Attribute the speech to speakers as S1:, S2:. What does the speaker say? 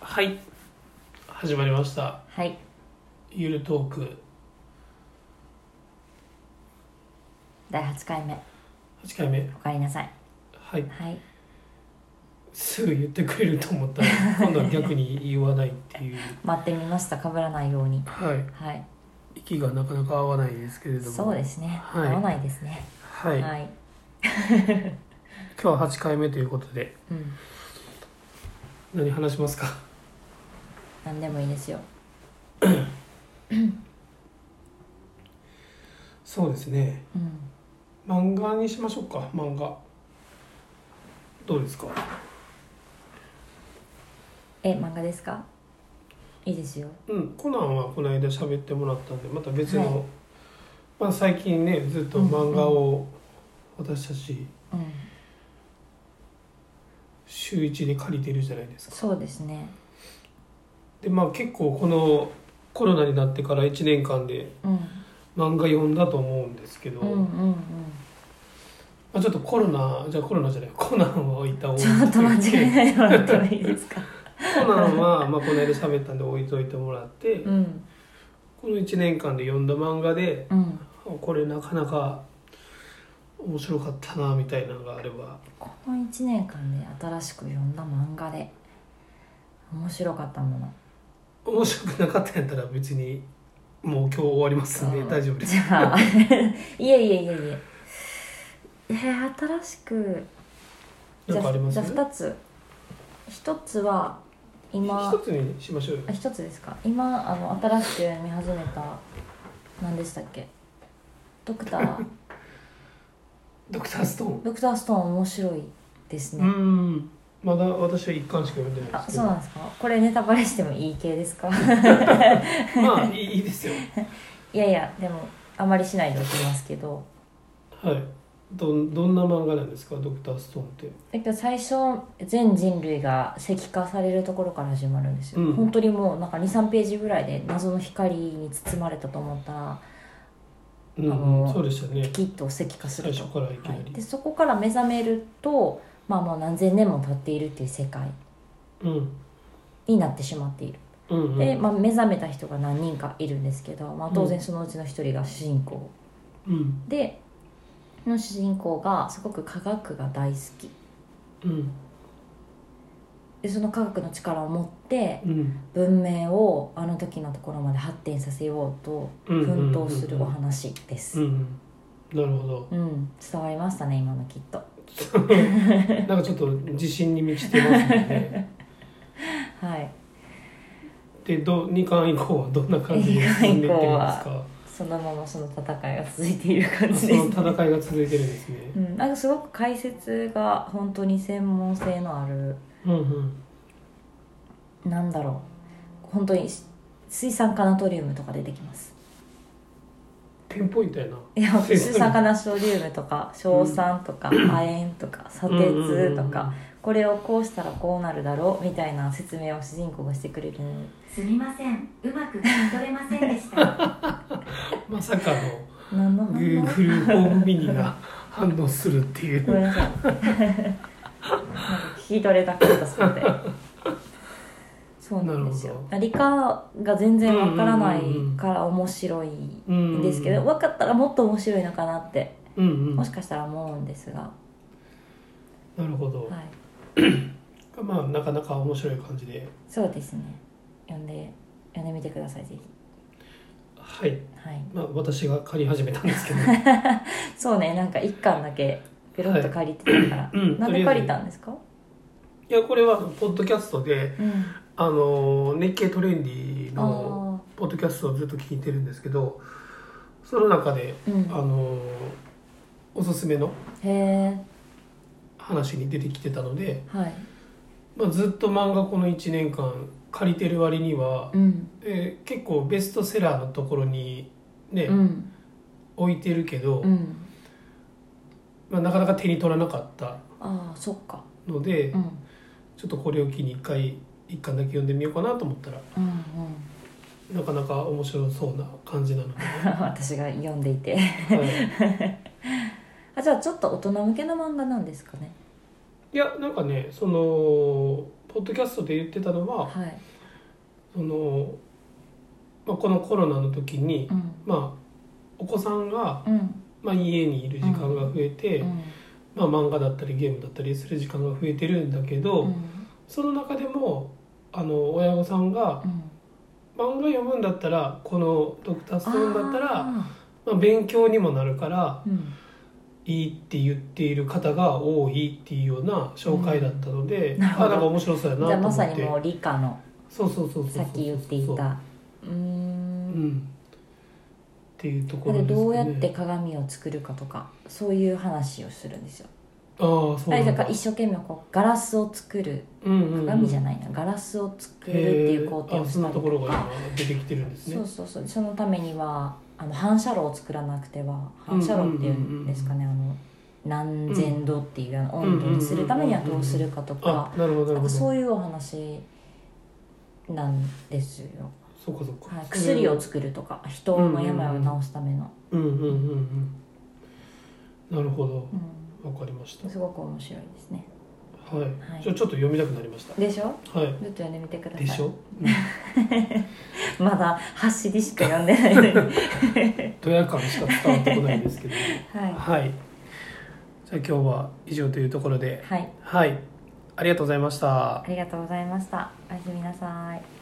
S1: はい始まりました
S2: はい
S1: ゆるトーク
S2: 第8回目
S1: 8回目
S2: おかえりなさい
S1: はい
S2: はい
S1: すぐ言ってくれると思 ったら今度は逆に言わないっていう
S2: 待ってみました被らないように
S1: はい
S2: はい
S1: 息がなかなか合わないですけれども
S2: そうですね、
S1: はい
S2: 合わないですね
S1: は、
S2: はいい、
S1: 今日は8回目ということで
S2: うん
S1: 何話しますか
S2: 何でもいいですよ
S1: そうですね
S2: うん
S1: 漫画にしましょうか漫画どうですか
S2: え漫画ですかいいですよ
S1: うんコナンはこの間喋ってもらったんでまた別
S2: は
S1: の、まあ最近ねずっと漫画を私たち
S2: うん
S1: 週一で借りてるじゃないですか
S2: そうですね
S1: でまあ結構このコロナになってから1年間で
S2: うん
S1: 漫画読んだと思うんですけど、
S2: うんうんうん
S1: まあ、ちょっとコロナじゃあコロナじゃないコナンは置いた置い
S2: ちょっと間違え
S1: て
S2: ないでもらってもいいですか
S1: コナンはまあこの間喋ったんで置いといてもらって、
S2: うん
S1: この1年間で読んだ漫画で
S2: うん
S1: あこれなかなか面白かったなみたいなのがあれば
S2: この1年間で新しく読んだ漫画で面白かったもの
S1: 面白くなかったんやったら別にもう今日終わりますんで
S2: うん
S1: 大丈夫です
S2: じゃあいえいえいえいええー新しく
S1: なんかあります
S2: じゃあじゃあ2つ1つは今
S1: 一つにしましょうよ
S2: あ1つですか今あの新しく読み始めた何でしたっけドク ター
S1: ドクターストーン
S2: ドクターストーン面白いです
S1: う
S2: ね、
S1: んまだ私は一巻しか読んでない
S2: あ
S1: んですけ
S2: そう
S1: ど
S2: なんですかこれネタバレしてもいい系ですか
S1: まあいいいいですよ
S2: いやいやでもあまりしないでおきますけど
S1: はいどんどんな漫画なんですかドクターストーンって
S2: だけど最初全人類が石化されるところから始まるんですよ、
S1: うん
S2: 本当にもうなんか23ページぐらいで謎の光に包まれたと思ったら
S1: うん、
S2: あの
S1: そうでした
S2: ピ
S1: ね
S2: キッと石化す
S1: 最
S2: ると、
S1: 初からいきな
S2: は
S1: り、
S2: い、でそこから目覚めると、まあ、もう何千年も経っているっていう世界
S1: うん
S2: になってしまっている、
S1: うんうん
S2: で、まあ、目覚めた人が何人かいるんですけど、まあ、当然そのうちの一人が主人公、
S1: うん
S2: でその主人公がすごく科学が大好き
S1: うん
S2: でその科学の力を持って
S1: うん
S2: 文明をあの時のところまで発展させようと
S1: うんうん
S2: 奮闘するお話で
S1: う
S2: す。
S1: んうんなるほど
S2: うん、伝わりましたね今のきっと。
S1: なんかちょっと自信に満ちてます ね
S2: はい、
S1: でど2巻以降はどんな感じで進んでいってるんですか
S2: そのままその戦いが続いている感
S1: あ
S2: じ
S1: そ
S2: で
S1: の
S2: す。
S1: 戦いが続いてるんですね
S2: うん、なんかすごく解説が本当に専門性のある
S1: うんうん
S2: なんだろう本当にし水酸化ナトリウムとか出てきます
S1: テンポみたいない
S2: や水 酸化ナトリウムとか硝酸とか亜鉛とか砂鉄とかこれをこうしたらこうなるだろうみたいな説明を主人公がしてくれる
S3: すみません、うまく聞き取れませんでした。
S1: まさかの
S2: 何の反応
S1: Google ホームミニが反応するってい
S2: ごめん
S1: う
S2: なさいなんか聞き取れなかったそうでそうなんです
S1: なる
S2: よ
S1: ほ
S2: 理科が全然わからないから面白い
S1: うん
S2: んですけど、分かったらもっと面白いのかなって
S1: うんうん
S2: もしかしたら思うんですが、は
S1: なるほど、
S2: い、
S1: まあなかなか面白い感じで
S2: そうですね読んで読んでみてくださいぜひ、
S1: はい
S2: はい、
S1: まあ私が借り始めたんです けど
S2: そうねなんか一巻だけペロッと借りてたから、
S1: いうん
S2: なんで借りたんですか
S1: いやこれはポッドキャストで
S2: うん
S1: あの熱経トレンディ
S2: あ
S1: の
S2: ー
S1: ポッドキャストをずっと聞いてるんですけどその中で
S2: う
S1: あ
S2: ん
S1: のおすすめの
S2: へえ
S1: 話に出てきてたので、
S2: はい
S1: まあ、ずっと漫画この1年間借りてる割には、
S2: うん
S1: えー結構ベストセラーのところにね、
S2: うん
S1: 置いてるけど、
S2: うん
S1: まあ、なかなか手に取らなかった
S2: ああそっか
S1: ので、
S2: うん
S1: ちょっとこれを機に一回一巻だけ読んでみようかなと思ったら
S2: うんうん
S1: なかなか面白そうな感じなので、
S2: 私が読んでいて
S1: はい、
S2: あじゃあちょっと大人向けの漫画なんですかね
S1: いやなんかねそのポッッドキャストで言ってたのは
S2: はい
S1: その、まあ、このコロナの時に、
S2: うん
S1: まあ、お子さんが、
S2: うん
S1: まあ、家にいる時間が増えて、
S2: うん
S1: まあ、漫画だったりゲームだったりする時間が増えてるんだけど、
S2: うん
S1: その中でもあの親御さんが
S2: うん
S1: 漫画読むんだったらこの「ドクターストーン」だったら
S2: あ
S1: まあ、勉強にもなるから
S2: ーうん
S1: いいって言っている方が多いっていうような紹介だったので、
S2: うんなるほど
S1: あなんか面白そうやな
S2: じゃあ
S1: と思
S2: ま
S1: って
S2: さにもう理科の
S1: そうそうそうそうそう
S2: さっき言っていたうー
S1: うんんっていうところ
S2: で
S1: ですね
S2: どうやって鏡を作るかとかそういう話をするんですよ
S1: ああそう
S2: だ
S1: な
S2: か
S1: んだ
S2: ら一生懸命こうガラスを作る鏡
S1: 鏡
S2: じゃ
S1: い
S2: ないな、ガラスを作るっていう工程を
S1: あ
S2: し
S1: そん
S2: た
S1: な
S2: り
S1: と
S2: と
S1: ころが
S2: か
S1: 今出てきてるんですね
S2: そうそうそうそのためにはあの反射炉を作らなくては反射炉っていうんですかね、あの何千度っていうあの温度にするためにはどうするかとか
S1: あ、なるほどなる
S2: なん
S1: ほ
S2: か
S1: どそ
S2: そういうお話なんですよ、
S1: うかそうか、
S2: はい、薬を作るとか人の病を治すための、
S1: うんうんうんうんなるほど
S2: う
S1: わかりました
S2: ん、すごく面白いですね
S1: はい、
S2: はい
S1: じゃあちょっと読みたくなりまし
S2: でしょ
S1: たはい
S2: ちょっと読んでみてください
S1: でしょ、
S2: まだ走りしか読んでないのに はい
S1: ドヤ感しか伝わってこないんですけどはいじゃあ今日は以上というところで
S2: はい
S1: はいありがとうございました
S2: ありがとうございましたおやすみなさい